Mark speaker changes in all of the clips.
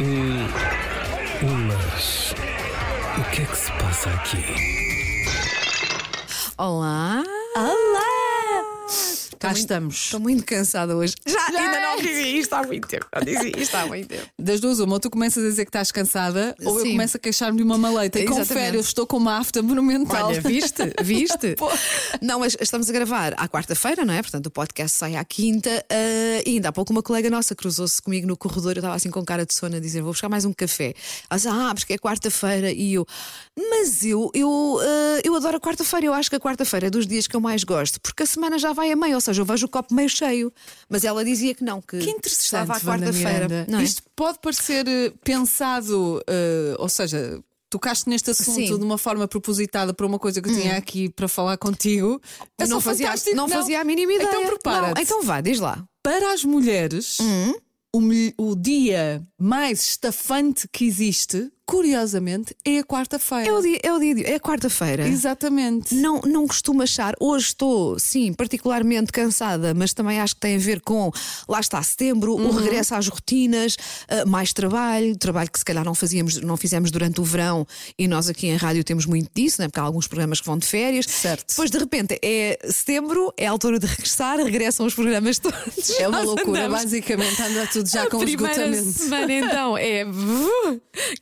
Speaker 1: Hum, mas o que é que se passa aqui?
Speaker 2: Olá!
Speaker 3: Olá!
Speaker 2: Cá estamos.
Speaker 3: Estou muito cansada hoje. Já,
Speaker 2: Já
Speaker 3: ainda não
Speaker 2: é.
Speaker 3: dizia isto há muito tempo. Não dizia isto há muito tempo.
Speaker 2: Das duas, uma, ou tu começas a dizer que estás cansada, ou eu
Speaker 3: Sim.
Speaker 2: começo a queixar-me de uma maleita. E
Speaker 3: Exatamente.
Speaker 2: confere, eu estou com uma afta monumental.
Speaker 3: Olha, viste? Viste? não, mas estamos a gravar à quarta-feira, não é? Portanto, o podcast sai à quinta. ah, e ainda há pouco uma colega nossa cruzou-se comigo no corredor. Eu estava assim com cara de sono a dizer: Vou buscar mais um café. Ela disse: Ah, porque é quarta-feira. E eu: Mas eu, eu, ah, eu adoro a quarta-feira. Eu acho que a quarta-feira é dos dias que eu mais gosto, porque a semana já vai a meio. Ou seja, eu vejo o copo meio cheio. Mas ela dizia que não, que,
Speaker 2: Que interessante,
Speaker 3: estava à
Speaker 2: Wanda
Speaker 3: quarta-feira.
Speaker 2: Miranda.
Speaker 3: não é?
Speaker 2: Isto pode parecer eh, pensado, eh, ou seja, tocaste neste assunto
Speaker 3: Sim. Hum.
Speaker 2: de uma forma propositada para uma coisa que eu tinha aqui para falar contigo. É
Speaker 3: não
Speaker 2: só
Speaker 3: fazia,
Speaker 2: fantástico,
Speaker 3: não, fazia a mínima ideia.
Speaker 2: Então prepara
Speaker 3: Não, Então Hum. vá, diz lá.
Speaker 2: Para as mulheres, o, mil- o dia mais estafante que existe, curiosamente, é a quarta-feira.
Speaker 3: É o dia, é o dia, de- é quarta-feira.
Speaker 2: Exatamente.
Speaker 3: Não, não costumo achar. Hoje estou, sim, particularmente cansada, mas também acho que tem a ver com lá está setembro,
Speaker 2: Uhum.
Speaker 3: o regresso às rotinas, ah, mais trabalho, trabalho que se calhar não fazíamos, não fizemos durante o verão e nós aqui em rádio temos muito disso, né? porque há alguns programas que vão de férias.
Speaker 2: Certo.
Speaker 3: Depois de repente é setembro, é a altura de regressar, regressam os programas todos.
Speaker 2: É uma
Speaker 3: Nós
Speaker 2: loucura,
Speaker 3: andamos
Speaker 2: basicamente, anda tudo já
Speaker 3: a
Speaker 2: com um
Speaker 3: primeira
Speaker 2: esgotamento.
Speaker 3: semana então é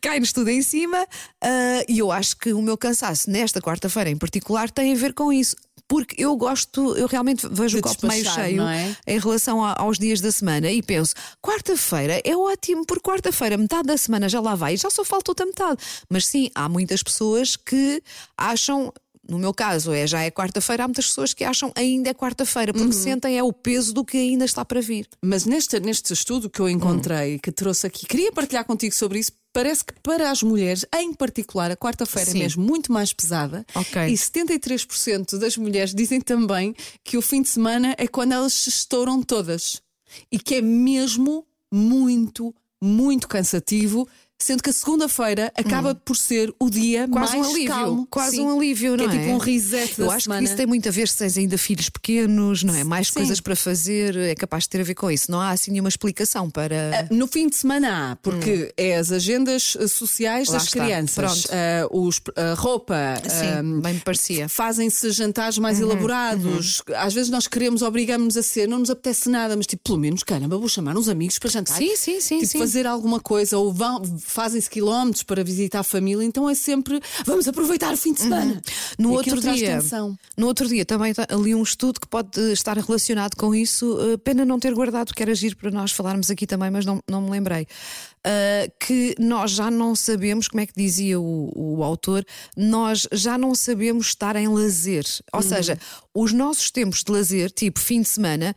Speaker 3: cai-nos tudo em cima ah, e eu acho que o meu cansaço nesta quarta-feira em particular tem a ver com isso porque eu gosto, eu realmente vejo
Speaker 2: De
Speaker 3: o copo meio
Speaker 2: despachar,
Speaker 3: cheio
Speaker 2: não é?
Speaker 3: em relação a- aos dias da semana e penso, quarta-feira é ótimo, porque quarta-feira, metade da semana já lá vai e já só falta outra metade. Mas sim, há muitas pessoas que acham. No meu caso, é, já é quarta-feira, há muitas pessoas que acham ainda é quarta-feira, porque sentem é o peso do que ainda está para vir.
Speaker 2: Mas neste, neste estudo que eu encontrei, que trouxe aqui, queria partilhar contigo sobre isso. Parece que para as mulheres, em particular, a quarta-feira é
Speaker 3: Sim.
Speaker 2: mesmo muito mais pesada.
Speaker 3: Ok.
Speaker 2: E 73% das mulheres dizem também que o fim de semana é quando elas se estouram todas. E que é mesmo muito, muito cansativo. Sendo que a segunda-feira acaba por ser o dia
Speaker 3: Hum. quase
Speaker 2: mais
Speaker 3: um alívio,
Speaker 2: calmo.
Speaker 3: quase
Speaker 2: Sim.
Speaker 3: um alívio,
Speaker 2: Que
Speaker 3: não
Speaker 2: é tipo um reset
Speaker 3: Eu
Speaker 2: da
Speaker 3: acho
Speaker 2: semana.
Speaker 3: que isso tem muito a ver se tens ainda filhos pequenos, não é? Mais
Speaker 2: Sim.
Speaker 3: coisas para fazer, é capaz de ter a ver com isso. Não há assim nenhuma explicação para.
Speaker 2: No fim de semana há, porque é as agendas eh, sociais
Speaker 3: Hum. Lá
Speaker 2: das
Speaker 3: está,
Speaker 2: crianças,
Speaker 3: pronto.
Speaker 2: eh, os, a roupa,
Speaker 3: Sim, Uhum,
Speaker 2: ehm,
Speaker 3: ah, bem me parecia.
Speaker 2: fazem-se jantares mais elaborados.
Speaker 3: uhum.
Speaker 2: Às vezes nós queremos, obrigamos-nos a ser, não nos apetece nada, mas tipo, pelo menos, caramba, vou chamar uns amigos para jantar.
Speaker 3: Sim, sim, sim,
Speaker 2: Tipo,
Speaker 3: sim.
Speaker 2: fazer alguma coisa, ou vão, fazem-se quilómetros para visitar a família, então é sempre, vamos aproveitar o fim de
Speaker 3: Uhum.
Speaker 2: semana.
Speaker 3: No
Speaker 2: E aquilo
Speaker 3: outro
Speaker 2: traz
Speaker 3: dia,
Speaker 2: tensão.
Speaker 3: no outro dia também ta- ali um estudo que pode eh, estar relacionado com isso. eh, Pena não ter guardado, que era agir para nós falarmos aqui também, mas não, não me lembrei. Ah, que nós já não sabemos, como é que dizia o, o autor, nós já não sabemos estar em lazer. Ou
Speaker 2: Uhum.
Speaker 3: seja, os nossos tempos de lazer, tipo fim de semana,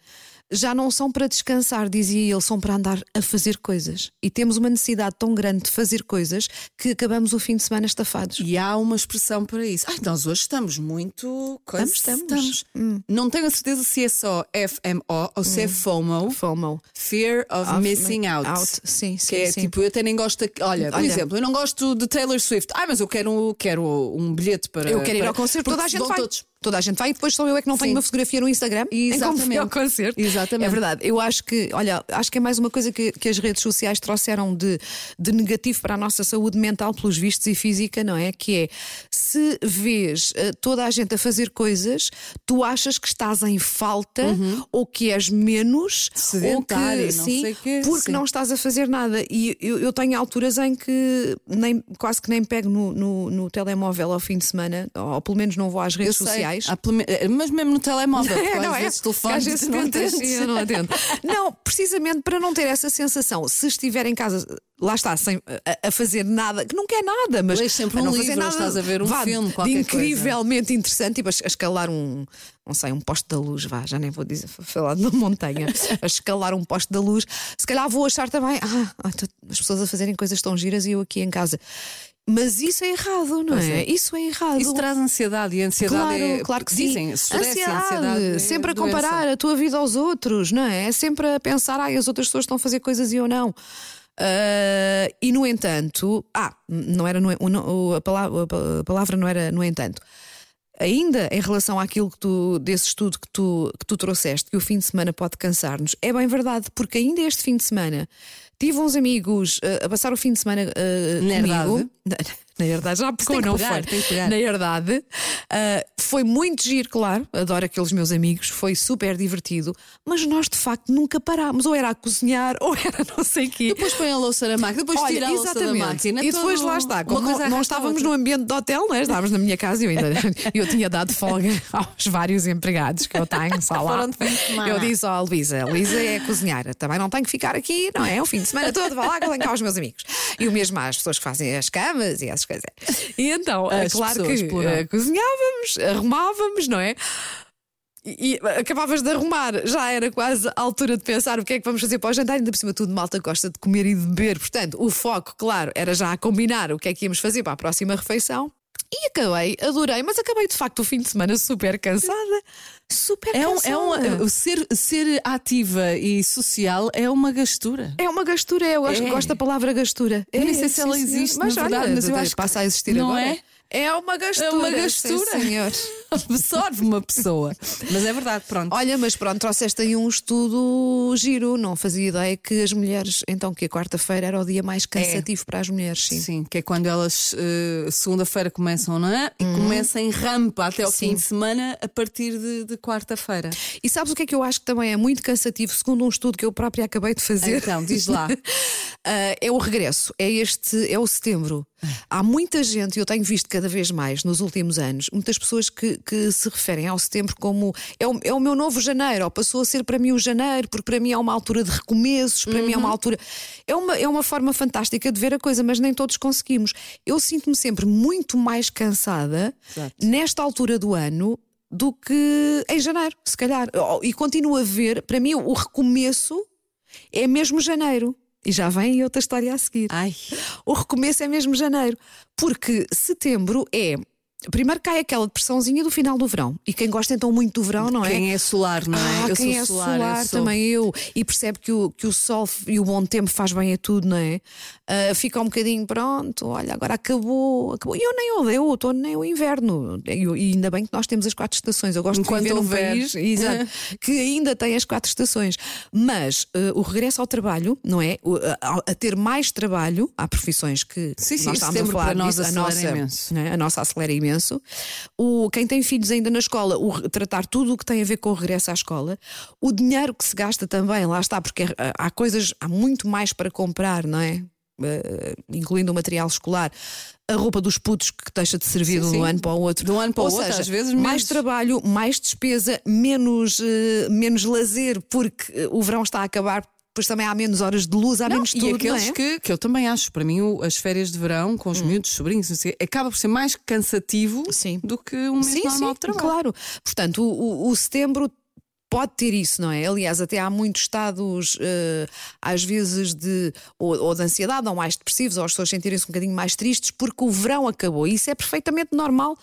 Speaker 3: já não são para descansar, dizia ele, são para andar a fazer coisas. E temos uma necessidade tão grande de fazer coisas que acabamos o fim de semana estafados.
Speaker 2: E há uma expressão para isso. Ai, nós hoje estamos muito. coisa-
Speaker 3: Estamos, Hum. estamos.
Speaker 2: Não tenho a certeza se é só FMO ou se é FOMO
Speaker 3: FOMO.
Speaker 2: Fear of,
Speaker 3: Hum. Of
Speaker 2: Missing
Speaker 3: ma-
Speaker 2: Out.
Speaker 3: out. Sim, sim,
Speaker 2: que é
Speaker 3: sim.
Speaker 2: tipo, eu até nem gosto. de- Olha, por
Speaker 3: Olha.
Speaker 2: exemplo, eu não gosto de Taylor Swift. Ah, mas eu quero, quero um bilhete para.
Speaker 3: Eu quero ir
Speaker 2: para-
Speaker 3: ao concerto,
Speaker 2: porque
Speaker 3: toda a
Speaker 2: se
Speaker 3: gente
Speaker 2: vão
Speaker 3: vai.
Speaker 2: todos.
Speaker 3: Toda a gente vai e depois sou eu é que não tenho
Speaker 2: Sim.
Speaker 3: uma fotografia no Instagram em como fui ao
Speaker 2: Exatamente.
Speaker 3: concerto.
Speaker 2: Exatamente.
Speaker 3: É verdade. Eu acho que, olha, acho que é mais uma coisa que, que as redes sociais trouxeram de, de negativo para a nossa saúde mental, pelos vistos, e física, não é? Que é se vês eh, toda a gente a fazer coisas, tu achas que estás em falta ou que és menos
Speaker 2: Sedentário,
Speaker 3: ou que,
Speaker 2: não
Speaker 3: sim,
Speaker 2: sei quê,
Speaker 3: porque
Speaker 2: sim.
Speaker 3: não estás a fazer nada. E eu, eu tenho alturas em que nem, quase que nem pego no, no, no telemóvel ao fim de semana, ou pelo menos não vou às
Speaker 2: Eu
Speaker 3: redes
Speaker 2: sei.
Speaker 3: sociais.
Speaker 2: Há pelo me- eh, Mas mesmo no telemóvel. porque
Speaker 3: não
Speaker 2: às
Speaker 3: é?
Speaker 2: vezes
Speaker 3: Porque
Speaker 2: telefone
Speaker 3: às vezes
Speaker 2: não
Speaker 3: tentas,
Speaker 2: atendes.
Speaker 3: sim, eu não atendo. Não, precisamente para não ter essa sensação, se estiver em casa, lá está, sem, a, a fazer nada, que não quer nada, mas
Speaker 2: Lês sempre
Speaker 3: a não
Speaker 2: um
Speaker 3: fazer
Speaker 2: livro, ou
Speaker 3: nada,
Speaker 2: estás a ver um
Speaker 3: vá,
Speaker 2: filme,
Speaker 3: de
Speaker 2: qualquer coisa.
Speaker 3: incrivelmente interessante, tipo a, a escalar um, não sei, um poste da luz, vá, já nem vou dizer, falar de uma montanha, a escalar um poste da luz, se calhar vou achar também, ah, ah, tô- as pessoas a fazerem coisas tão giras e eu aqui em casa. Mas isso é errado, não é? Isso é errado.
Speaker 2: Isso traz ansiedade e a ansiedade
Speaker 3: Claro,
Speaker 2: é.
Speaker 3: claro que
Speaker 2: dizem,
Speaker 3: sim.
Speaker 2: stress e ansiedade é
Speaker 3: sempre a
Speaker 2: doença.
Speaker 3: comparar a tua vida aos outros, não é? É sempre a pensar, ai, as outras pessoas estão a fazer coisas e eu não. Ah, e no entanto, ah, não era no, no- a, palavra, a palavra não era no entanto. Ainda em relação àquilo que tu, desse estudo que tu, que tu trouxeste, que o fim de semana pode cansar-nos, é bem verdade, porque ainda este fim de semana Tive uns amigos eh, a passar o fim de semana eh,
Speaker 2: Na
Speaker 3: comigo.
Speaker 2: verdade.
Speaker 3: Na, na verdade, já pegou,
Speaker 2: Tem que
Speaker 3: não
Speaker 2: pegar,
Speaker 3: foi?
Speaker 2: tem que pegar.
Speaker 3: Na verdade, ah, foi muito giro, claro. Adoro aqueles meus amigos, foi super divertido. Mas nós, de facto, nunca parámos. Ou era a cozinhar, ou era não sei o quê.
Speaker 2: Depois põe a louça na máquina, depois
Speaker 3: Olha,
Speaker 2: tira a louça da máquina.
Speaker 3: E depois
Speaker 2: todo-
Speaker 3: lá está.
Speaker 2: uma
Speaker 3: Como
Speaker 2: coisa
Speaker 3: não,
Speaker 2: arrasta
Speaker 3: não
Speaker 2: a
Speaker 3: estávamos
Speaker 2: outra.
Speaker 3: no ambiente do hotel, né? estávamos na minha casa e eu ainda eu tinha dado folga aos vários empregados que eu tenho, só lá.
Speaker 2: Foram de fim de semana.
Speaker 3: Eu disse à Luísa, Luísa é cozinheira, também não tenho que ficar aqui, não é? O fim de semana todo, vá lá que eu tenho cá os meus amigos. E o mesmo às pessoas que fazem as camas e essas coisas. E então, é
Speaker 2: As
Speaker 3: claro
Speaker 2: pessoas,
Speaker 3: que
Speaker 2: plural.
Speaker 3: eh, cozinhávamos, arrumávamos, não é? E, e acabavas de arrumar, já era quase a altura de pensar o que é que vamos fazer para o jantar, ainda por cima tudo malta gosta de comer e de beber. Portanto, o foco, claro, era já a combinar o que é que íamos fazer para a próxima refeição. E acabei, adorei, mas acabei de facto o fim de semana super cansada. Super
Speaker 2: É um,
Speaker 3: cansada.
Speaker 2: é um, o ser, ser ativa e social é uma gastura.
Speaker 3: É uma gastura, eu gosto,
Speaker 2: É.
Speaker 3: gosto da palavra gastura.
Speaker 2: Eu nem
Speaker 3: É,
Speaker 2: sei se
Speaker 3: sim,
Speaker 2: ela
Speaker 3: senhor.
Speaker 2: existe,
Speaker 3: mas
Speaker 2: na
Speaker 3: olha,
Speaker 2: verdade, mas eu
Speaker 3: doutora,
Speaker 2: acho que-
Speaker 3: passa a existir
Speaker 2: Não
Speaker 3: agora.
Speaker 2: é?
Speaker 3: É uma gastura.
Speaker 2: gastura.
Speaker 3: sim, senhor.
Speaker 2: Absorve uma pessoa. Mas é verdade, pronto.
Speaker 3: Olha, mas pronto, trouxeste aí um estudo giro. Não fazia ideia que as mulheres, então que a quarta-feira era o dia mais cansativo para as mulheres, sim.
Speaker 2: É. Sim, que é quando elas eh, segunda-feira começam, não é? E começam em rampa até ao fim de semana a partir de, de quarta-feira.
Speaker 3: E sabes o que é que eu acho que também é muito cansativo, segundo um estudo que eu própria acabei de fazer?
Speaker 2: Então, diz lá.
Speaker 3: Ah, é o regresso, é este, é o setembro. Há muita gente, e eu tenho visto cada vez mais nos últimos anos, muitas pessoas que, que se referem ao setembro como é o, é o meu novo janeiro, ou passou a ser para mim o janeiro, porque para mim é uma altura de recomeços, para mim é uma altura. É uma, é uma forma fantástica de ver a coisa, mas nem todos conseguimos. Eu sinto-me sempre muito mais cansada
Speaker 2: Exato.
Speaker 3: nesta altura do ano do que em janeiro, se calhar. Oh, E continuo a ver, para mim, o recomeço é mesmo janeiro. E já vem outra história a seguir.
Speaker 2: Ai,
Speaker 3: O recomeço é mesmo janeiro. Porque setembro é. Primeiro cai aquela depressãozinha do final do verão. E quem gosta então muito do verão, não é?
Speaker 2: quem é solar, não é?
Speaker 3: Ah, quem é solar, também eu. E percebe que o, que o sol f- e o bom tempo faz bem a tudo, não é? Ah, fica um bocadinho, pronto, olha, agora acabou, acabou. E eu nem odeio o outono nem o inverno. Eu- e ainda bem que nós temos as quatro estações. Eu gosto
Speaker 2: Enquanto
Speaker 3: de viver num
Speaker 2: houver.
Speaker 3: país exato, que ainda tem as quatro estações. Mas ah, o regresso ao trabalho, não é? O- a, a ter mais trabalho, há profissões que
Speaker 2: Sim, sim,
Speaker 3: nós estávamos a
Speaker 2: setembro
Speaker 3: falar
Speaker 2: para nós
Speaker 3: disso, a
Speaker 2: acelera
Speaker 3: nossa,
Speaker 2: imenso.
Speaker 3: né? A nossa acelera imenso. O, quem tem filhos ainda na escola, o re- tratar tudo o que tem a ver com o regresso à escola. O dinheiro que se gasta também, lá está, porque eh, há coisas, há muito mais para comprar, não é? Eh, incluindo o material escolar, a roupa dos putos que deixa de servir
Speaker 2: Sim,
Speaker 3: de um
Speaker 2: sim.
Speaker 3: ano para o outro.
Speaker 2: De um ano para o
Speaker 3: Ou
Speaker 2: outro,
Speaker 3: seja,
Speaker 2: às vezes
Speaker 3: mais
Speaker 2: meses.
Speaker 3: trabalho, mais despesa, menos, eh, menos lazer, porque eh, o verão está a acabar, depois também há menos horas de luz, há
Speaker 2: Não,
Speaker 3: menos
Speaker 2: e
Speaker 3: tudo.
Speaker 2: aqueles
Speaker 3: não é?
Speaker 2: que, que eu também acho, para mim, o- as férias de verão com os miúdos, sobrinhos, não sei, acaba por ser mais cansativo
Speaker 3: Sim.
Speaker 2: do que um mês normal de trabalho.
Speaker 3: Claro. Portanto, o, o- o setembro pode ter isso, não é? Aliás, até há muitos estados, eh, às vezes, de ou, ou de ansiedade, ou mais depressivos, ou as pessoas sentirem-se um bocadinho mais tristes, porque o verão acabou. E Isso é perfeitamente normal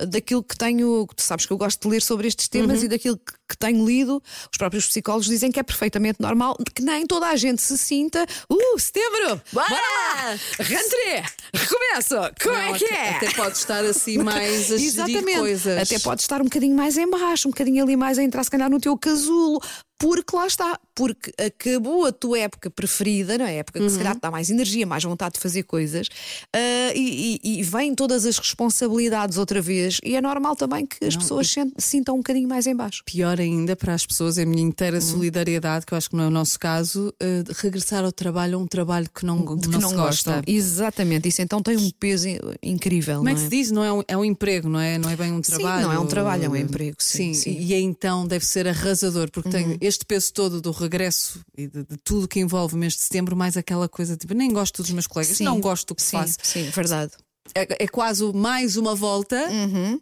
Speaker 3: eh, daquilo que tenho, que tu sabes que eu gosto de ler sobre estes
Speaker 2: Uhum.
Speaker 3: temas e daquilo que, que tenho lido, os próprios psicólogos dizem que é perfeitamente normal que nem toda a gente se sinta, uh, setembro, bora, lá, rentré, recomeço, como
Speaker 2: Não,
Speaker 3: é que
Speaker 2: até-
Speaker 3: é?
Speaker 2: Até pode estar assim mais a gerir
Speaker 3: Exatamente.
Speaker 2: coisas.
Speaker 3: Até pode estar um bocadinho mais em baixo, um bocadinho ali mais a entrar, se calhar, no teu casulo. Porque lá está, porque acabou a tua época preferida, não é? A época que
Speaker 2: Uhum.
Speaker 3: se calhar te dá mais energia, mais vontade de fazer coisas, ah, e, e, e vêm todas as responsabilidades outra vez, e é normal também que as pessoas sen- sintam um bocadinho mais em baixo.
Speaker 2: Pior ainda para as pessoas, é a minha inteira solidariedade, que eu acho que não é o nosso caso, eh, de regressar ao trabalho a um trabalho que não,
Speaker 3: De que
Speaker 2: não
Speaker 3: não
Speaker 2: se
Speaker 3: gostam.
Speaker 2: gosta.
Speaker 3: Exatamente, isso então tem um peso in- incrível.
Speaker 2: Como é
Speaker 3: não
Speaker 2: que se diz? Não é um, é um emprego, não é? Não é bem um trabalho.
Speaker 3: não é um trabalho, é um emprego, sim, sim. Uhum.
Speaker 2: E, e é então deve ser arrasador, porque tem este peso todo do regresso e de, de tudo que envolve o mês de setembro, mais aquela coisa tipo, nem gosto dos meus colegas,
Speaker 3: Sim,
Speaker 2: não gosto do que
Speaker 3: sim,
Speaker 2: faço.
Speaker 3: Sim, verdade.
Speaker 2: É, é quase mais uma volta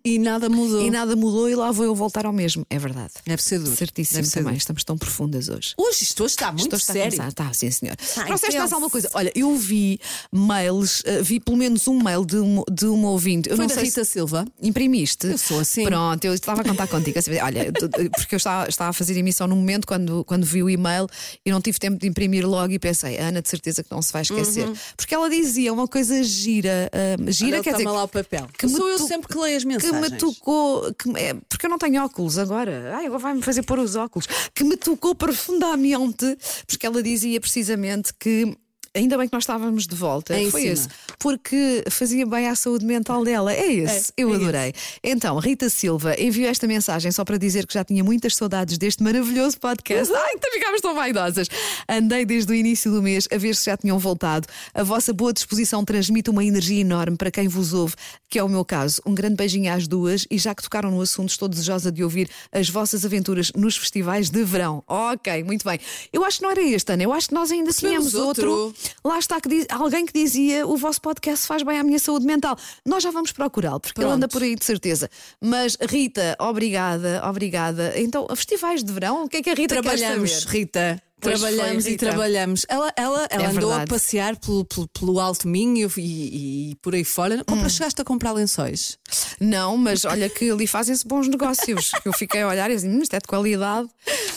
Speaker 2: e nada mudou.
Speaker 3: Uhum. E nada mudou, e lá vou eu voltar ao mesmo, é verdade.
Speaker 2: Deve ser duro.
Speaker 3: Certíssimo
Speaker 2: Deve ser
Speaker 3: também,
Speaker 2: duro.
Speaker 3: estamos tão profundas hoje.
Speaker 2: Hoje isto hoje está muito
Speaker 3: Estou está
Speaker 2: sério. Ah,
Speaker 3: cansada.
Speaker 2: então
Speaker 3: Está, Tá, sim, senhor. Trouxeste
Speaker 2: intenso.
Speaker 3: mais alguma coisa? Olha, eu vi mails, eh, vi pelo menos um mail de, um, de uma ouvinte. Eu
Speaker 2: Foi
Speaker 3: não
Speaker 2: da
Speaker 3: sei
Speaker 2: Rita
Speaker 3: se
Speaker 2: Silva.
Speaker 3: imprimiste.
Speaker 2: Eu sou assim.
Speaker 3: Pronto, eu estava a contar contigo. assim, Olha, tu- tu- porque eu estava, estava a fazer emissão num momento quando, quando vi o e-mail e não tive tempo de imprimir logo e pensei, Ana, de certeza que não se vai esquecer. Porque ela dizia uma coisa gira, hum, gira,
Speaker 2: Uhum. Olha, tá
Speaker 3: quer dizer,
Speaker 2: toma lá o papel.
Speaker 3: que me
Speaker 2: Sou eu
Speaker 3: tu-
Speaker 2: sempre que leio as
Speaker 3: que
Speaker 2: mensagens.
Speaker 3: me tocou, que me- é, porque eu não tenho óculos agora, ai, agora vai-me fazer pôr os óculos, que me tocou profundamente, porque ela dizia precisamente que ainda bem que nós estávamos de volta,
Speaker 2: É Em
Speaker 3: foi
Speaker 2: cima.
Speaker 3: esse, porque fazia bem à saúde mental dela, é esse,
Speaker 2: É,
Speaker 3: eu
Speaker 2: é
Speaker 3: adorei. Então, Rita Silva enviou esta mensagem só para dizer que já tinha muitas saudades deste maravilhoso podcast. Ai, então ficámos tão vaidosas. Andei desde o início do mês a ver se já tinham voltado. A vossa boa disposição transmite uma energia enorme para quem vos ouve, que é o meu caso. Um grande beijinho às duas e já que tocaram no assunto, estou desejosa de ouvir as vossas aventuras nos festivais de verão. Ok, muito bem. Eu acho que não era este, Ana. Eu acho que nós ainda
Speaker 2: Recebemos
Speaker 3: tínhamos outro.
Speaker 2: outro.
Speaker 3: Lá está que diz- alguém que dizia o vosso podcast faz bem à minha saúde mental. Nós já vamos procurá-lo, porque ele
Speaker 2: Pronto.
Speaker 3: anda por aí de certeza. Mas Rita, obrigada, obrigada. Então, a festivais de verão, o que é que a Rita quer
Speaker 2: Trabalhamos,
Speaker 3: saber?
Speaker 2: Rita.
Speaker 3: Pois
Speaker 2: trabalhamos
Speaker 3: foi,
Speaker 2: e
Speaker 3: Rita.
Speaker 2: trabalhamos. Ela, ela, ela
Speaker 3: É
Speaker 2: andou
Speaker 3: verdade.
Speaker 2: a passear pelo, pelo, pelo Alto Minho e, e por aí fora.
Speaker 3: Hum.
Speaker 2: Compra, chegaste a comprar lençóis.
Speaker 3: Não, mas olha que ali fazem-se bons negócios. Eu fiquei a olhar e assim, "Hum, isto é de qualidade.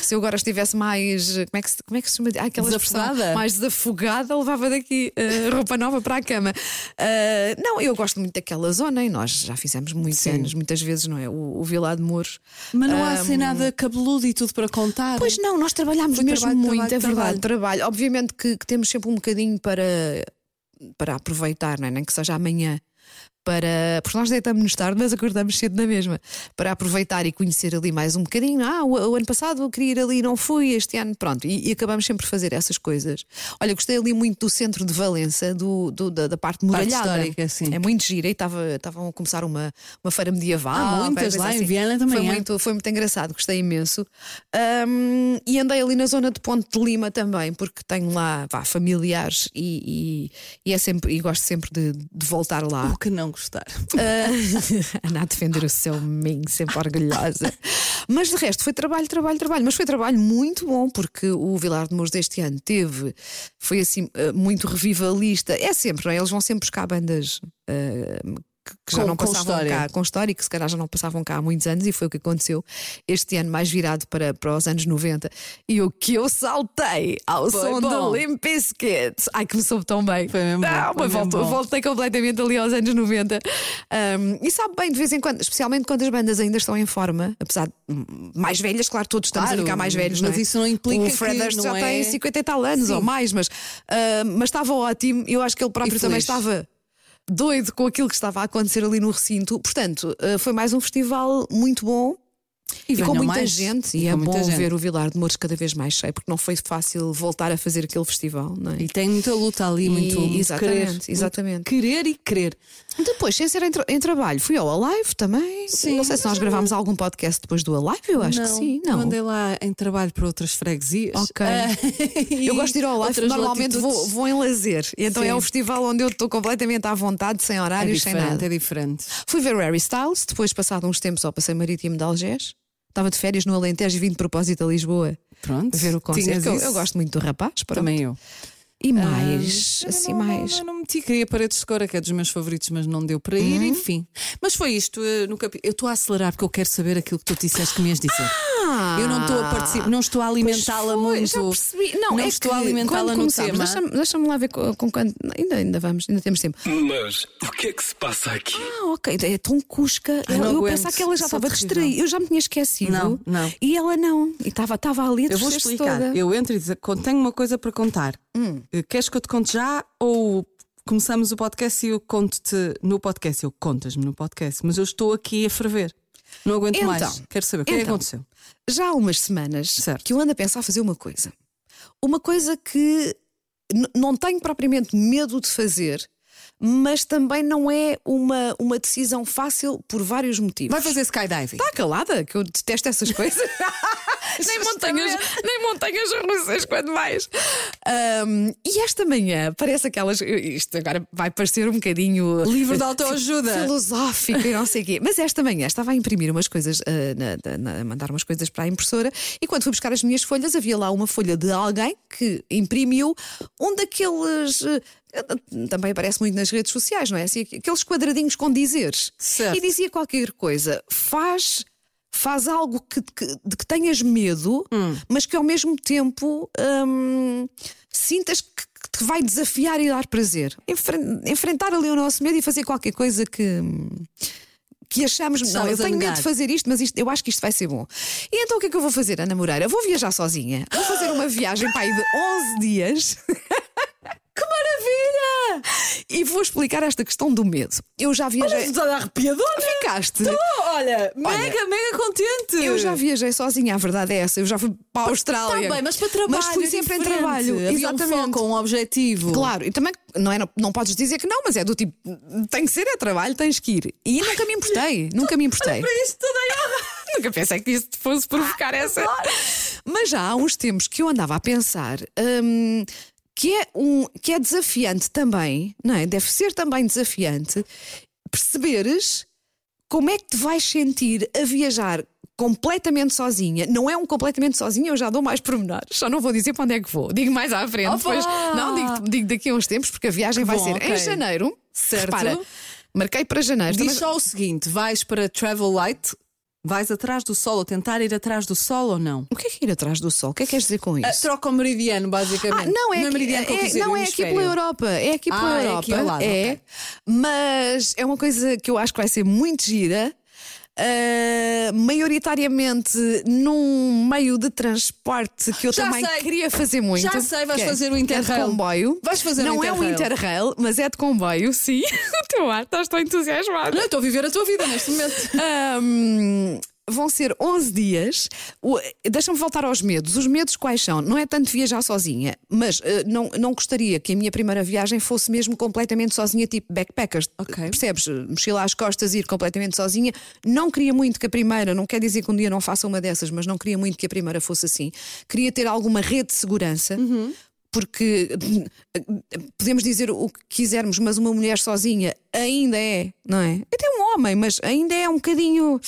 Speaker 3: Se eu agora estivesse mais. eh, Como é que se, como é que se chama? Ah, aquela expressão,
Speaker 2: Desafogada?
Speaker 3: Mais desafogada, levava daqui eh, roupa nova para a cama. Ah, não, eu gosto muito daquela zona e nós já fizemos muitos anos, muitas vezes, não é? O, o Vilar de Mouros.
Speaker 2: Mas não há
Speaker 3: Ah,
Speaker 2: assim nada cabeludo e tudo para contar.
Speaker 3: Pois não, nós trabalhámos
Speaker 2: Foi
Speaker 3: mesmo
Speaker 2: trabalho,
Speaker 3: muito,
Speaker 2: trabalho,
Speaker 3: é verdade, trabalho. Obviamente que, que temos sempre um bocadinho para, para aproveitar, não é? nem que seja amanhã. Para, porque nós deitamos-nos tarde, mas acordamos cedo na mesma. Para aproveitar e conhecer ali mais um bocadinho. Ah, o, o ano passado eu queria ir ali e não fui, este ano, pronto. E, e acabamos sempre a fazer essas coisas. Olha, gostei ali muito do centro de Valença, do, do- da, da parte muralhada.
Speaker 2: histórica, sim.
Speaker 3: É muito gira e estava- estavam a começar uma, uma feira medieval.
Speaker 2: Há
Speaker 3: ou
Speaker 2: muitas
Speaker 3: qualquer
Speaker 2: lá,
Speaker 3: coisa
Speaker 2: em Viena também
Speaker 3: é, Foi
Speaker 2: há.
Speaker 3: muito muito- foi muito engraçado, gostei imenso. Ahm, e andei ali na zona de Ponte de Lima também, porque tenho lá vá, familiares e, e- e é sempre, e gosto sempre de, de voltar lá.
Speaker 2: O que não gostar.
Speaker 3: Ah, Ana a defender o seu mim, sempre orgulhosa. Mas de resto, foi trabalho, trabalho, trabalho. Mas foi trabalho muito bom, porque o Vilar de Mouros deste ano teve, foi assim, ah, muito revivalista. É sempre, não é? Eles vão sempre buscar bandas. ah, que- que já
Speaker 2: Com-
Speaker 3: não
Speaker 2: com
Speaker 3: passavam
Speaker 2: história.
Speaker 3: cá com história e que se calhar já não passavam cá há muitos anos e foi o que aconteceu este ano mais virado para, para os anos 90 e o que eu saltei ao
Speaker 2: Foi
Speaker 3: som
Speaker 2: bom.
Speaker 3: do Limp Bizkit ai que me soube tão bem
Speaker 2: Foi mesmo bom,
Speaker 3: Ah,
Speaker 2: foi
Speaker 3: mas
Speaker 2: mesmo
Speaker 3: voltou-
Speaker 2: bom.
Speaker 3: voltei completamente ali aos anos 90. Um, e sabe bem, de vez em quando, especialmente quando as bandas ainda estão em forma, apesar de hum, mais velhas, claro, todos estamos
Speaker 2: Claro,
Speaker 3: a ficar mais velhos,
Speaker 2: mas
Speaker 3: não é?
Speaker 2: isso não implica
Speaker 3: O Fred
Speaker 2: que
Speaker 3: Durst
Speaker 2: não
Speaker 3: já tem
Speaker 2: é-
Speaker 3: 50 e tal anos ou mais, mas, ah, mas estava ótimo. Eu acho que ele próprio
Speaker 2: E
Speaker 3: também
Speaker 2: feliz.
Speaker 3: estava. Doido com aquilo que estava a acontecer ali no recinto. Portanto, ah, foi mais um festival muito bom e,
Speaker 2: venham
Speaker 3: com muita
Speaker 2: mais.
Speaker 3: gente.
Speaker 2: E
Speaker 3: E, é
Speaker 2: com muita
Speaker 3: bom
Speaker 2: gente.
Speaker 3: ver o Vilar de Mouros cada vez mais cheio, porque não foi fácil voltar a fazer aquele festival, não é?
Speaker 2: E tem muita luta ali, muito, muito
Speaker 3: exatamente,
Speaker 2: querer. Muito
Speaker 3: exatamente.
Speaker 2: Querer e querer.
Speaker 3: Depois, sem ser em, tra- em trabalho, fui ao Alive também.
Speaker 2: Sim,
Speaker 3: não sei se
Speaker 2: mas
Speaker 3: nós
Speaker 2: eu
Speaker 3: gravámos algum podcast depois do Alive, eu acho que sim.
Speaker 2: eu
Speaker 3: Não.
Speaker 2: andei é lá em trabalho para outras freguesias.
Speaker 3: Ok.
Speaker 2: e
Speaker 3: Eu gosto de ir ao Alive,
Speaker 2: É. outras
Speaker 3: normalmente vou,
Speaker 2: latitudes.
Speaker 3: vou em lazer. E então
Speaker 2: Sim.
Speaker 3: é um festival onde eu estou completamente à vontade, sem
Speaker 2: É
Speaker 3: horários, sem
Speaker 2: diferente,
Speaker 3: nada.
Speaker 2: é diferente.
Speaker 3: Fui ver Harry Styles, depois, passado uns tempos, ao Passeio Marítimo de Algés. Estava de férias no Alentejo e vim de propósito a Lisboa
Speaker 2: Pronto. é
Speaker 3: ver o
Speaker 2: Tinhas
Speaker 3: concerto. que Eu,
Speaker 2: isso?
Speaker 3: eu gosto muito do rapaz, pronto.
Speaker 2: Também eu.
Speaker 3: E mais,
Speaker 2: Ah,
Speaker 3: assim,
Speaker 2: não, não,
Speaker 3: mais.
Speaker 2: Não, não, meti, queria paredes de cor, que é dos meus favoritos, mas não deu para
Speaker 3: Uhum.
Speaker 2: ir, enfim. Mas foi isto. eh, no capi- Eu estou a acelerar porque eu quero saber aquilo que tu disseste que me ias dizer. Eu não estou
Speaker 3: Ah!
Speaker 2: a participar, não estou a alimentá-la
Speaker 3: Pois foi,
Speaker 2: muito.
Speaker 3: Já percebi. Não, é
Speaker 2: estou
Speaker 3: que
Speaker 2: a alimentá-la
Speaker 3: quando
Speaker 2: no
Speaker 3: começámos,
Speaker 2: tema.
Speaker 3: Deixa-me deixa-me lá ver co- com, quanto. Ainda, ainda vamos, ainda temos tempo.
Speaker 1: Mas o que é que se passa aqui?
Speaker 3: Ah, ok, é tão cusca.
Speaker 2: Ai,
Speaker 3: eu
Speaker 2: não
Speaker 3: eu
Speaker 2: aguento,
Speaker 3: pensava que ela já
Speaker 2: sou
Speaker 3: estava
Speaker 2: terrível.
Speaker 3: distraída. Eu já me tinha esquecido.
Speaker 2: Não, não.
Speaker 3: E ela não. E estava estava ali a
Speaker 2: Eu vou
Speaker 3: descer-se
Speaker 2: explicar.
Speaker 3: toda. Hum.
Speaker 2: Eu entro e digo, "Con- tenho uma coisa para contar. Eh, Queres que eu te conte já ou começamos o podcast e eu conto-te no podcast? Eu contas-me no podcast, mas eu estou aqui a ferver. Não aguento
Speaker 3: Então,
Speaker 2: mais. Quero saber o que é que
Speaker 3: então.
Speaker 2: aconteceu.
Speaker 3: Já há umas semanas
Speaker 2: Certo.
Speaker 3: que eu ando a pensar fazer uma coisa. Uma coisa que n- não tenho propriamente medo de fazer. Mas também não é uma, uma decisão fácil por vários motivos.
Speaker 2: Vai fazer skydiving.
Speaker 3: Está Tá calada, que eu detesto essas coisas. nem, montanhas, nem montanhas russas, quando mais. Ahm, e esta manhã parece aquelas. eu- Isto agora vai parecer um bocadinho.
Speaker 2: Livro de autoajuda.
Speaker 3: Filosófico e não sei o quê. Mas esta manhã estava a imprimir umas coisas, ah, na- na- na- a mandar umas coisas para a impressora e quando fui buscar as minhas folhas havia lá uma folha de alguém que imprimiu um daqueles. ah, também aparece muito nas redes sociais, não é? Assim, aqueles quadradinhos com dizeres.
Speaker 2: Certo.
Speaker 3: E dizia qualquer coisa. Faz. Faz algo que, que- de que tenhas medo, mas que ao mesmo tempo hum, sintas que, que te que vai desafiar e dar prazer. Enfren- Enfrentar ali o nosso medo e fazer qualquer coisa que. Que achamos, não, eu
Speaker 2: Estamos a
Speaker 3: tenho medo
Speaker 2: negar.
Speaker 3: de fazer isto, mas isto, eu acho que isto vai ser bom. E então o que é que eu vou fazer, Ana Moreira? Vou viajar sozinha. Vou fazer uma viagem para aí de 11 dias. Maravilha! E vou explicar esta questão do medo. Eu já viajei.
Speaker 2: Toda arrepiadora.
Speaker 3: Ficaste?
Speaker 2: Olha, mega, mega contente.
Speaker 3: Eu já viajei sozinha, a verdade é essa. Eu já fui para a Austrália.
Speaker 2: Também, Tá mas para trabalho.
Speaker 3: Mas fui
Speaker 2: é
Speaker 3: sempre em
Speaker 2: diferente.
Speaker 3: trabalho.
Speaker 2: Havia um
Speaker 3: Exatamente.
Speaker 2: foco, um objetivo.
Speaker 3: Claro, e também não, é, não podes dizer que não, mas é do tipo, tem que ser, é trabalho, tens que ir. E nunca me importei, nunca me importei.
Speaker 2: isto tudo
Speaker 3: Nunca pensei que isto fosse provocar essa. Mas já há uns tempos que eu andava a pensar hum, que, é um, que é desafiante também, não é? Deve ser também desafiante perceberes como é que te vais sentir a viajar completamente sozinha. Não é um completamente sozinha, eu já dou mais pormenores. Só não vou dizer para onde é que vou. Digo mais à frente.
Speaker 2: Opa!
Speaker 3: Depois, não, digo, digo daqui a uns tempos, porque a viagem vai
Speaker 2: bom,
Speaker 3: ser em
Speaker 2: ok.
Speaker 3: janeiro.
Speaker 2: Certo.
Speaker 3: Repara, marquei para janeiro.
Speaker 2: Diz
Speaker 3: Também-
Speaker 2: só o seguinte: vais para Travel Light, vais atrás do sol, ou tentar ir atrás do sol ou não?
Speaker 3: O que é que ir atrás do sol? O que é que queres dizer com
Speaker 2: Ah,
Speaker 3: isso?
Speaker 2: Troca o meridiano,
Speaker 3: Ah,
Speaker 2: basicamente.
Speaker 3: não, é,
Speaker 2: o
Speaker 3: aqui,
Speaker 2: meridiano que eu
Speaker 3: é-
Speaker 2: quis dizer,
Speaker 3: não,
Speaker 2: o
Speaker 3: é aqui
Speaker 2: hemisfério.
Speaker 3: pela Europa. É aqui pela
Speaker 2: Ah, é
Speaker 3: Europa.
Speaker 2: aqui ao lado, ok.
Speaker 3: Mas é uma coisa que eu acho que vai ser muito gira. ah, maioritariamente num meio de transporte que eu
Speaker 2: Já
Speaker 3: também
Speaker 2: sei.
Speaker 3: queria fazer muito.
Speaker 2: Já sei, vais
Speaker 3: que é-
Speaker 2: fazer o
Speaker 3: que é de
Speaker 2: Interrail.
Speaker 3: comboio.
Speaker 2: Vais fazer o
Speaker 3: Não é um
Speaker 2: Interrail.
Speaker 3: Interrail, mas é de comboio, sim. o teu ar, estás tão entusiasmado.
Speaker 2: Não, eu estou a viver a tua vida neste momento.
Speaker 3: Ahm, vão ser 11 dias. O- Deixa-me voltar aos medos. Os medos quais são? Não é tanto viajar sozinha, mas eh, não, não gostaria que a minha primeira viagem fosse mesmo completamente sozinha, tipo backpackers.
Speaker 2: Ok.
Speaker 3: Percebes? Mochila às costas, ir completamente sozinha. Não queria muito que a primeira, não quer dizer que um dia não faça uma dessas, mas não queria muito que a primeira fosse assim. Queria ter alguma rede de segurança.
Speaker 2: Uhum.
Speaker 3: Porque podemos dizer o que quisermos, mas uma mulher sozinha ainda é, não é? Até um homem, mas ainda é um bocadinho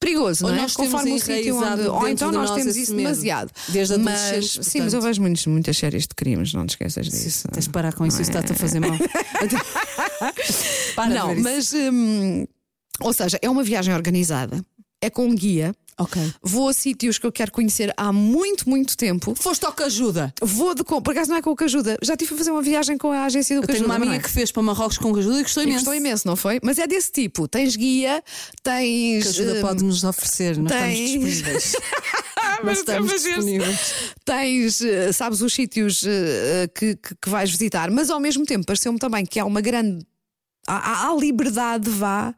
Speaker 3: perigoso,
Speaker 2: Ou
Speaker 3: não é?
Speaker 2: nós temos
Speaker 3: o sítio
Speaker 2: enraizado
Speaker 3: onde. Ou
Speaker 2: dentro
Speaker 3: então
Speaker 2: de
Speaker 3: nós
Speaker 2: nós
Speaker 3: temos
Speaker 2: esse
Speaker 3: isso
Speaker 2: medo.
Speaker 3: demasiado.
Speaker 2: Desde
Speaker 3: mas,
Speaker 2: adolescentes,
Speaker 3: Sim, mas eu
Speaker 2: portanto.
Speaker 3: vejo muitos- muitas séries de crimes, não é? te esqueças disso.
Speaker 2: Tens de parar com isso, isso está-te a fazer mal. Para de
Speaker 3: Não,
Speaker 2: ver isso.
Speaker 3: mas. hum, ou seja, é uma viagem organizada, é com guia,
Speaker 2: Ok.
Speaker 3: vou a sítios que eu quero conhecer há muito, muito tempo.
Speaker 2: Foste ao que ajuda.
Speaker 3: Vou de. com- Por acaso não é com o que ajuda. Já tive a fazer uma viagem com a agência do
Speaker 2: Eu
Speaker 3: que
Speaker 2: tenho
Speaker 3: ajuda.
Speaker 2: uma amiga
Speaker 3: não é?
Speaker 2: que fez para Marrocos com ajuda e gostou
Speaker 3: E
Speaker 2: imenso.
Speaker 3: Gostou imenso, não foi? Mas é desse tipo: tens guia, tens.
Speaker 2: Que ajuda
Speaker 3: hum,
Speaker 2: pode nos oferecer, nós
Speaker 3: tens-
Speaker 2: estamos disponíveis.
Speaker 3: Mas
Speaker 2: Nós estamos
Speaker 3: estamos
Speaker 2: disponíveis.
Speaker 3: Tens, eh, sabes, os sítios eh, eh, que, que- que vais visitar, mas ao mesmo tempo pareceu-me também que há uma grande. Há, há- há liberdade, vá,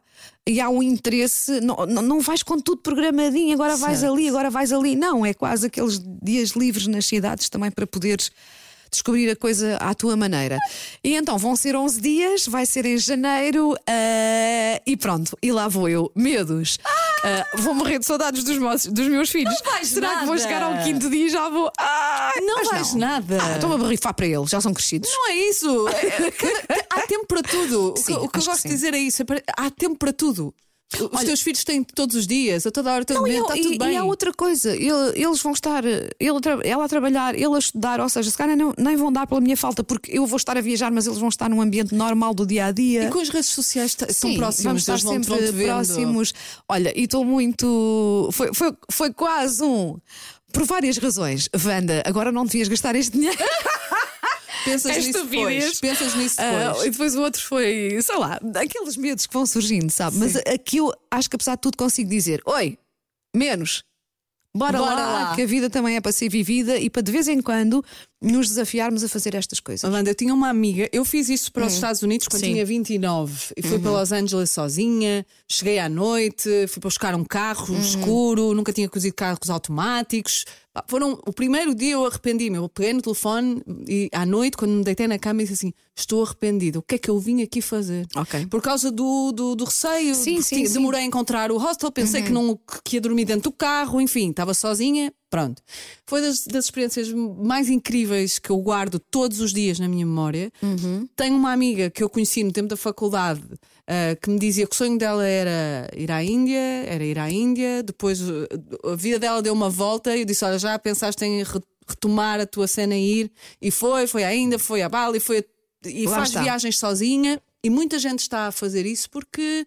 Speaker 3: e há um interesse. Não, não, não vais com tudo programadinho, agora vais
Speaker 2: Certo.
Speaker 3: ali, agora vais ali. Não, é quase aqueles dias livres nas cidades também para poderes. Descobrir a coisa à tua maneira. E então vão ser 11 dias, vai ser em janeiro eh, e pronto, e lá vou eu. Medos. Eh, vou morrer de saudades dos, meus- dos meus filhos.
Speaker 2: Ah! vais
Speaker 3: Será que vou
Speaker 2: nada.
Speaker 3: chegar ao quinto dia e já vou. Ah,
Speaker 2: Não
Speaker 3: mas
Speaker 2: vais nada.
Speaker 3: Ah, Estou-me a borrifar para eles, já são crescidos.
Speaker 2: Não é isso. É- é- cada- há tempo para tudo. O que-
Speaker 3: Sim,
Speaker 2: o que eu
Speaker 3: acho que
Speaker 2: gosto
Speaker 3: sim.
Speaker 2: de dizer é isso. é para- Há tempo para tudo. Os teus filhos têm todos os dias, a toda hora, todo
Speaker 3: e,
Speaker 2: momento, está
Speaker 3: e-
Speaker 2: tudo bem.
Speaker 3: e há outra coisa, ele- eles vão estar, ele a tra- ela a trabalhar, ele a estudar, ou seja, se calhar não, nem vão dar pela minha falta, porque eu vou estar a viajar, mas eles vão estar num ambiente normal do dia a dia.
Speaker 2: E com as redes sociais t- são
Speaker 3: Sim,
Speaker 2: próximos,
Speaker 3: vamos estar
Speaker 2: eles vão,
Speaker 3: sempre
Speaker 2: vão te vendo.
Speaker 3: próximos. Olha, e estou muito. Foi, foi, foi quase um. Por várias razões. Wanda, agora não devias gastar este dinheiro.
Speaker 2: Pensas
Speaker 3: É
Speaker 2: nisso
Speaker 3: estupidez.
Speaker 2: depois. Pensas nisso
Speaker 3: Ah,
Speaker 2: depois.
Speaker 3: e depois o outro foi, sei lá, aqueles medos que vão surgindo, sabe? Mas aqui eu acho que apesar de tudo consigo dizer: Oi, menos. Bora,
Speaker 2: Bora
Speaker 3: lá,
Speaker 2: lá."
Speaker 3: que a vida também é para ser vivida e para de vez em quando nos desafiarmos a fazer estas coisas. Hum.
Speaker 2: Amanda, eu tinha uma amiga, eu fiz isso para os Estados Unidos quando
Speaker 3: Sim. Uhum.
Speaker 2: tinha 29 e fui para Los Angeles sozinha, cheguei à noite, fui buscar um carro
Speaker 3: Uhum.
Speaker 2: escuro, nunca tinha cozido carros automáticos. Pá, Foram, o primeiro dia eu arrependi-me, eu peguei no telefone e à noite, quando me deitei na cama, disse assim: Estou arrependida, o que é que eu vim aqui fazer?
Speaker 3: Ok.
Speaker 2: Por causa do, do, do receio,
Speaker 3: Sim,
Speaker 2: porque
Speaker 3: sim,
Speaker 2: tinha-
Speaker 3: sim.
Speaker 2: demorei a encontrar o hostel, pensei
Speaker 3: Uhum.
Speaker 2: que, não, que ia dormir dentro do carro, enfim, estava sozinha, pronto. Foi das, das experiências mais incríveis que eu guardo todos os dias na minha memória.
Speaker 3: Uhum.
Speaker 2: Tenho uma amiga que eu conheci no tempo da faculdade ah, que me dizia que o sonho dela era ir à Índia, era ir à Índia, depois ah, a vida dela deu uma volta e eu disse: Olha, já pensaste em re- retomar a tua cena e ir? E foi, foi à Índia, foi à Bali, foi a- e
Speaker 3: Lá
Speaker 2: faz
Speaker 3: está.
Speaker 2: viagens sozinha. E muita gente está a fazer isso porque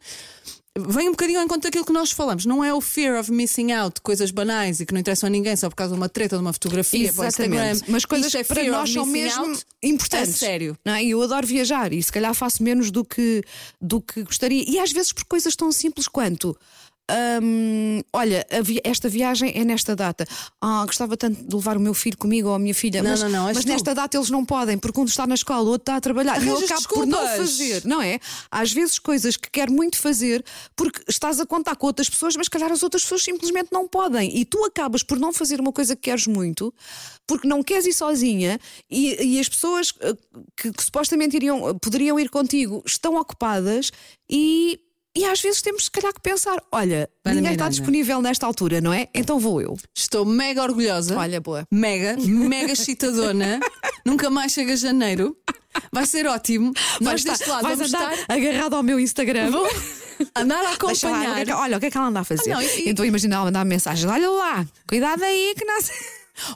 Speaker 2: vem um bocadinho ao encontro daquilo que nós falamos. Não é o fear of missing out, coisas banais e que não interessam a ninguém só por causa de uma treta, de uma fotografia, para o Instagram.
Speaker 3: Exatamente. Mas coisas
Speaker 2: Isto é
Speaker 3: que para
Speaker 2: fear
Speaker 3: nós
Speaker 2: of
Speaker 3: são
Speaker 2: missing
Speaker 3: mesmo
Speaker 2: out.
Speaker 3: importantes.
Speaker 2: A sério.
Speaker 3: Não é? Eu adoro viajar e se calhar faço menos do que, do que gostaria. E às vezes por coisas tão simples quanto. hum, olha, a vi- esta viagem é nesta data. Ah, gostava tanto de levar o meu filho comigo ou a minha filha,
Speaker 2: Não,
Speaker 3: mas,
Speaker 2: não, não, és
Speaker 3: mas
Speaker 2: tu.
Speaker 3: nesta data eles não podem, porque um está na escola, o outro está a trabalhar. E eu
Speaker 2: Arranjas
Speaker 3: acabo por não
Speaker 2: desculpas.
Speaker 3: fazer, não é? Às vezes coisas que quero muito fazer porque estás a contar com outras pessoas, mas se calhar as outras pessoas simplesmente não podem. E tu acabas por não fazer uma coisa que queres muito porque não queres ir sozinha e, e as pessoas eh, que, que supostamente iriam, eh, poderiam ir contigo estão ocupadas e. E às vezes temos, se calhar, que pensar: olha,
Speaker 2: Ana
Speaker 3: ninguém está
Speaker 2: Miranda.
Speaker 3: disponível nesta altura, não é? Então vou eu.
Speaker 2: Estou mega orgulhosa.
Speaker 3: Olha, boa.
Speaker 2: Mega, mega excitadona. Nunca mais chega janeiro. Vai ser ótimo. Nós
Speaker 3: Vais
Speaker 2: deste lado
Speaker 3: vais
Speaker 2: vamos
Speaker 3: andar
Speaker 2: estar.
Speaker 3: agarrado ao meu Instagram.
Speaker 2: Vou andar
Speaker 3: Deixa lá,
Speaker 2: a
Speaker 3: o que é
Speaker 2: acompanhar.
Speaker 3: que- olha, o que é que ela anda a fazer?
Speaker 2: Ah, não, e-
Speaker 3: Então imagina ela mandar mensagens: olha lá, cuidado aí que nasce.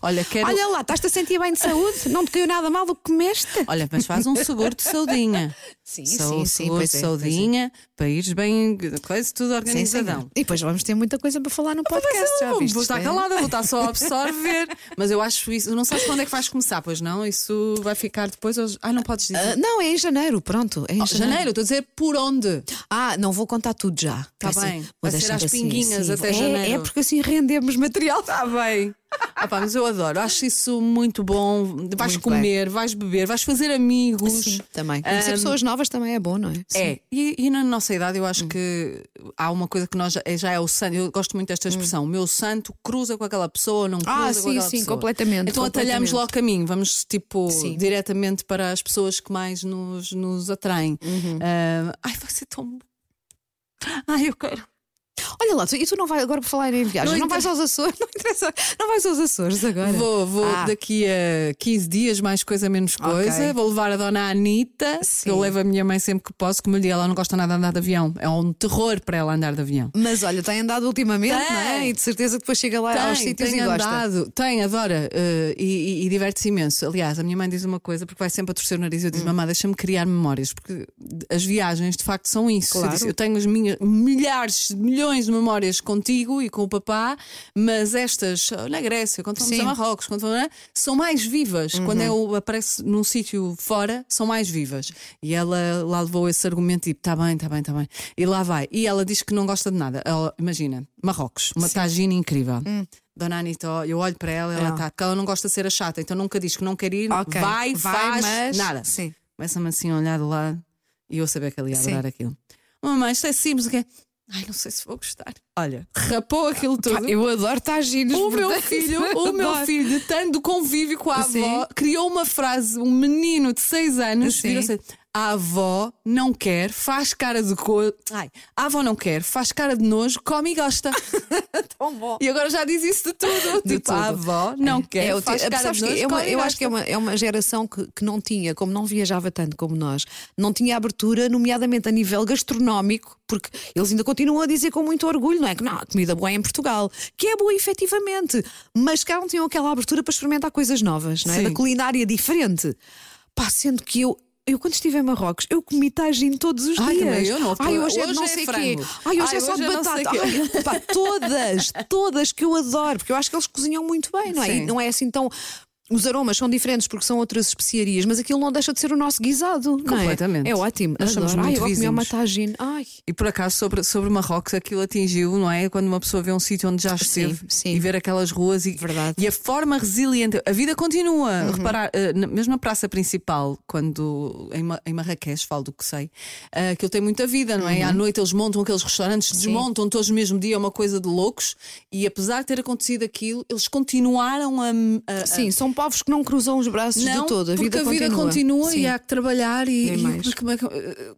Speaker 2: Olha, quero.
Speaker 3: Olha lá, estás-te a sentir bem de saúde? Não te caiu nada mal do que comeste?
Speaker 2: Olha, mas faz um seguro de saudinha.
Speaker 3: Sim, é,
Speaker 2: Sou seguro de saudinha para ires bem, quase tudo organizadão.
Speaker 3: E depois vamos ter muita coisa para falar no podcast. já
Speaker 2: Não,
Speaker 3: viste, é?
Speaker 2: vou estar
Speaker 3: bem?
Speaker 2: calada, vou estar só a absorver. Mas eu acho isso. Não sabes quando é que vais começar, pois não? Isso vai ficar depois. hoje- Ah, não podes dizer.
Speaker 3: Ah, não, é em janeiro, pronto. É em janeiro.
Speaker 2: Oh, janeiro, estou a dizer por onde?
Speaker 3: Ah, não vou contar tudo já.
Speaker 2: Tá
Speaker 3: Assim,
Speaker 2: bem.
Speaker 3: vou
Speaker 2: Vai ser
Speaker 3: deixar
Speaker 2: às
Speaker 3: assim,
Speaker 2: pinguinhas
Speaker 3: sim.
Speaker 2: até
Speaker 3: É-
Speaker 2: janeiro.
Speaker 3: É porque assim rendemos material.
Speaker 2: Está bem. Ah, pá, mas eu adoro, acho isso muito bom. Vais
Speaker 3: Muito
Speaker 2: comer, vais beber, vais fazer amigos.
Speaker 3: Sim, também. Conhecer pessoas novas também é bom, não é?
Speaker 2: um, É, e, e na nossa idade eu acho
Speaker 3: Hum.
Speaker 2: que há uma coisa que nós já, já é o santo, eu gosto muito desta expressão, o meu santo cruza com aquela pessoa, não cruza
Speaker 3: Hum. Ah,
Speaker 2: com
Speaker 3: sim,
Speaker 2: aquela
Speaker 3: sim,
Speaker 2: pessoa.
Speaker 3: completamente,
Speaker 2: Então atalhamos
Speaker 3: completamente.
Speaker 2: logo caminho, vamos tipo
Speaker 3: Sim.
Speaker 2: diretamente para as pessoas que mais nos, nos atraem.
Speaker 3: Uhum.
Speaker 2: Ah, ai, vai ser tão bom. Ai, eu quero.
Speaker 3: Olha lá, tu- e tu não vais agora para falar em viagem, não,
Speaker 2: Não inter-
Speaker 3: vais aos Açores, não interessa, não vais aos Açores agora.
Speaker 2: Vou, vou
Speaker 3: Ah.
Speaker 2: daqui a 15 dias, mais coisa, menos coisa.
Speaker 3: Ok.
Speaker 2: Vou levar a dona Anitta.
Speaker 3: Sim.
Speaker 2: Eu levo a minha mãe sempre que posso, como eu lhe digo, ela não gosta nada de andar de avião. É um terror para ela andar de avião.
Speaker 3: Mas olha, tem andado ultimamente,
Speaker 2: Tem.
Speaker 3: não é? E de certeza que depois chega lá aos sítios
Speaker 2: tem
Speaker 3: e gosta.
Speaker 2: andado, tem, adora eh, e, e- e diverte-se imenso. Aliás, a minha mãe diz uma coisa, porque vai sempre a torcer o nariz. Eu digo,
Speaker 3: Hum.
Speaker 2: mamãe, deixa-me criar memórias, porque as viagens de facto são isso. Eu,
Speaker 3: Claro.
Speaker 2: disse, eu tenho as minhas milhares, milhões de memórias contigo e com o papá, mas estas ah, na Grécia, quando fomos
Speaker 3: Sim. Uhum.
Speaker 2: a Marrocos, quando fomos, a- são mais vivas. Quando eu apareço num sítio fora, são mais vivas. E ela lá levou esse argumento, tipo, tá bem, tá bem, tá bem. E lá vai. E ela diz que não gosta de nada. Ela- imagina, Marrocos, uma tagine incrível.
Speaker 3: Hum.
Speaker 2: Dona Anitta, ó, eu olho para ela, ela
Speaker 3: Não.
Speaker 2: está, porque ela não gosta de ser a chata, então nunca diz que não quer ir,
Speaker 3: É. Ok,
Speaker 2: vai, faz
Speaker 3: mas-
Speaker 2: nada.
Speaker 3: Sim.
Speaker 2: Começa-me assim a olhar de lado e eu saber que ali ia
Speaker 3: Sim.
Speaker 2: adorar aquilo. Mamãe, isto é simples, o quê? Ai, não sei se vou gostar. Olha, rapou aquilo tudo.
Speaker 3: Pá, eu adoro taginos.
Speaker 2: O meu filho, o meu filho, tendo convívio com a avó,
Speaker 3: Sim.
Speaker 2: criou uma frase, um menino de 6 anos,
Speaker 3: Sim.
Speaker 2: virou-se assim, a avó não quer, faz cara de cor. Ai, a avó não quer, faz cara de nojo, come e gosta.
Speaker 3: Tão bom.
Speaker 2: E agora já diz isso de tudo.
Speaker 3: De
Speaker 2: tipo, a
Speaker 3: tudo.
Speaker 2: avó não quer,
Speaker 3: É, o
Speaker 2: faz
Speaker 3: ti-
Speaker 2: cara
Speaker 3: sabes
Speaker 2: de
Speaker 3: que
Speaker 2: nojo,
Speaker 3: é uma-
Speaker 2: come e
Speaker 3: eu acho que é
Speaker 2: gosta.
Speaker 3: uma, é uma geração que, que não tinha, como não viajava tanto como nós, não tinha abertura, nomeadamente a nível gastronómico, porque eles ainda continuam a dizer com muito orgulho, não é? Que não, a comida boa é em Portugal, que é boa efetivamente, mas cá não tinham aquela abertura para experimentar coisas novas, não é?
Speaker 2: Sim.
Speaker 3: Da culinária diferente. Pá, sendo que eu. Eu, quando estive em Marrocos, eu comi tagine todos os
Speaker 2: Ai,
Speaker 3: dias.
Speaker 2: também eu não.
Speaker 3: Ai, hoje, é
Speaker 2: Hoje
Speaker 3: de não
Speaker 2: é
Speaker 3: sei o quê.
Speaker 2: frango.
Speaker 3: Ai, hoje
Speaker 2: Ai,
Speaker 3: é só
Speaker 2: hoje
Speaker 3: de
Speaker 2: é não sei
Speaker 3: batata.
Speaker 2: quê.
Speaker 3: Ai, Pá, todas, todas que eu adoro, porque eu acho que eles cozinham muito bem, não é?
Speaker 2: Sim.
Speaker 3: E não é assim tão. Os aromas são diferentes porque são outras especiarias, mas aquilo não deixa de ser o nosso guisado, não é?
Speaker 2: Completamente.
Speaker 3: É ótimo.
Speaker 2: Nós somos
Speaker 3: Adoro. Ai,
Speaker 2: muito
Speaker 3: eu vou comer uma
Speaker 2: vizinhos.
Speaker 3: tagine. Ai.
Speaker 2: E por acaso, sobre, sobre Marrocos, aquilo atingiu, não é? Quando uma pessoa vê um sítio onde já esteve
Speaker 3: sim.
Speaker 2: e ver aquelas ruas e,
Speaker 3: Verdade. Uhum.
Speaker 2: e a forma resiliente. A vida continua. Reparar, eh, na- mesmo na praça principal, quando em, Ma- em Marrakech, falo do que sei, eh, aquilo tem muita vida, não é?
Speaker 3: Uhum.
Speaker 2: À noite eles montam aqueles restaurantes, desmontam todos no mesmo dia, é uma coisa de loucos. E apesar de ter acontecido aquilo, eles continuaram a. a- a-
Speaker 3: Sim, são povos que não cruzam os braços de todo. A
Speaker 2: Ah, porque
Speaker 3: vida
Speaker 2: a vida continua,
Speaker 3: continua
Speaker 2: e há que trabalhar e,
Speaker 3: Nem
Speaker 2: e
Speaker 3: mais.
Speaker 2: como, é que,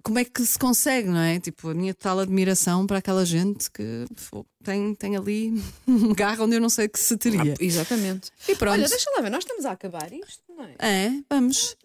Speaker 2: como é que se consegue, não é? Tipo, a minha tal admiração para aquela gente que pô, tem, tem ali um garra onde eu não sei que se teria.
Speaker 3: Ah, Exatamente.
Speaker 2: E pronto.
Speaker 3: Olha, deixa lá ver, nós estamos a acabar isto, não é?
Speaker 2: É, vamos.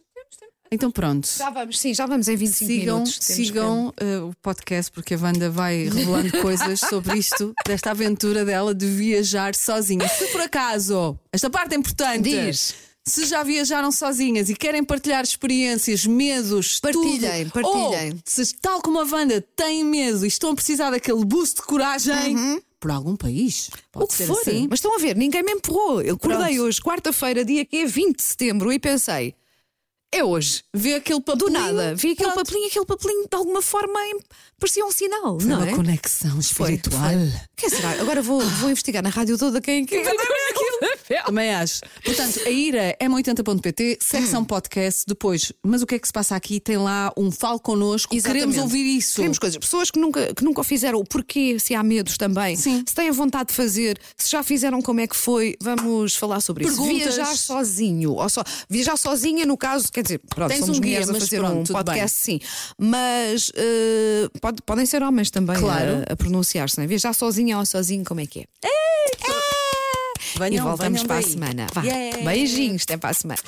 Speaker 2: Então pronto.
Speaker 3: Já vamos, sim, já vamos em 25
Speaker 2: Sigam,
Speaker 3: minutos. Temos
Speaker 2: sigam eh, o podcast porque a Wanda vai revelando coisas sobre isto, desta aventura dela de viajar sozinha. Se por acaso, esta parte é importante,
Speaker 3: Diz.
Speaker 2: Se já viajaram sozinhas e querem partilhar experiências, medos,
Speaker 3: Partilhem,
Speaker 2: tudo,
Speaker 3: partilhem.
Speaker 2: Ou, se tal como a Wanda tem medo e estão a precisar daquele boost de coragem por algum país,
Speaker 3: Uhum.
Speaker 2: pode
Speaker 3: o que
Speaker 2: ser
Speaker 3: for.
Speaker 2: assim.
Speaker 3: Mas estão a ver, ninguém me empurrou. Eu acordei
Speaker 2: Pronto.
Speaker 3: hoje, quarta-feira, dia que é 20 de setembro, e pensei: é hoje.
Speaker 2: Vê aquele
Speaker 3: Do
Speaker 2: papelinho,
Speaker 3: nada. Vi aquele
Speaker 2: pronto.
Speaker 3: papelinho, aquele papelinho de alguma forma em- parecia um sinal,
Speaker 2: Foi
Speaker 3: não
Speaker 2: uma
Speaker 3: é?
Speaker 2: conexão
Speaker 3: Foi,
Speaker 2: espiritual.
Speaker 3: foi. Quem será? Agora vou, vou investigar na rádio toda quem é quem vendeu aquele papel.
Speaker 2: Também acho. Portanto, a ira é 80.pt,
Speaker 3: Hum.
Speaker 2: secção um podcast, depois, mas o que é que se passa aqui? Tem lá um falo connosco, queremos
Speaker 3: Exatamente.
Speaker 2: ouvir isso.
Speaker 3: Queremos coisas. Pessoas que nunca, que nunca o fizeram, o porquê, se há medos também.
Speaker 2: Sim.
Speaker 3: Se têm vontade de fazer, se já fizeram, como é que foi. Vamos falar sobre
Speaker 2: Perguntas.
Speaker 3: isso. Viajar sozinho. Ou só, viajar sozinha, no caso, quer dizer, pronto,
Speaker 2: Tens
Speaker 3: somos
Speaker 2: um guia,
Speaker 3: mulheres
Speaker 2: mas
Speaker 3: a fazer
Speaker 2: pronto,
Speaker 3: um
Speaker 2: tudo
Speaker 3: podcast, sim. Mas eh, pode- podem ser homens também
Speaker 2: Claro.
Speaker 3: a, a pronunciar-se. Não é? Viajar sozinha ou sozinho, como é que é?
Speaker 2: Venham,
Speaker 3: e voltamos
Speaker 2: venham
Speaker 3: para
Speaker 2: daí.
Speaker 3: a semana. Vá.
Speaker 2: Yeah.
Speaker 3: Beijinhos, até para a semana.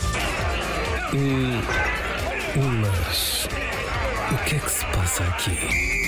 Speaker 1: Ulas. O que é que se passa aqui?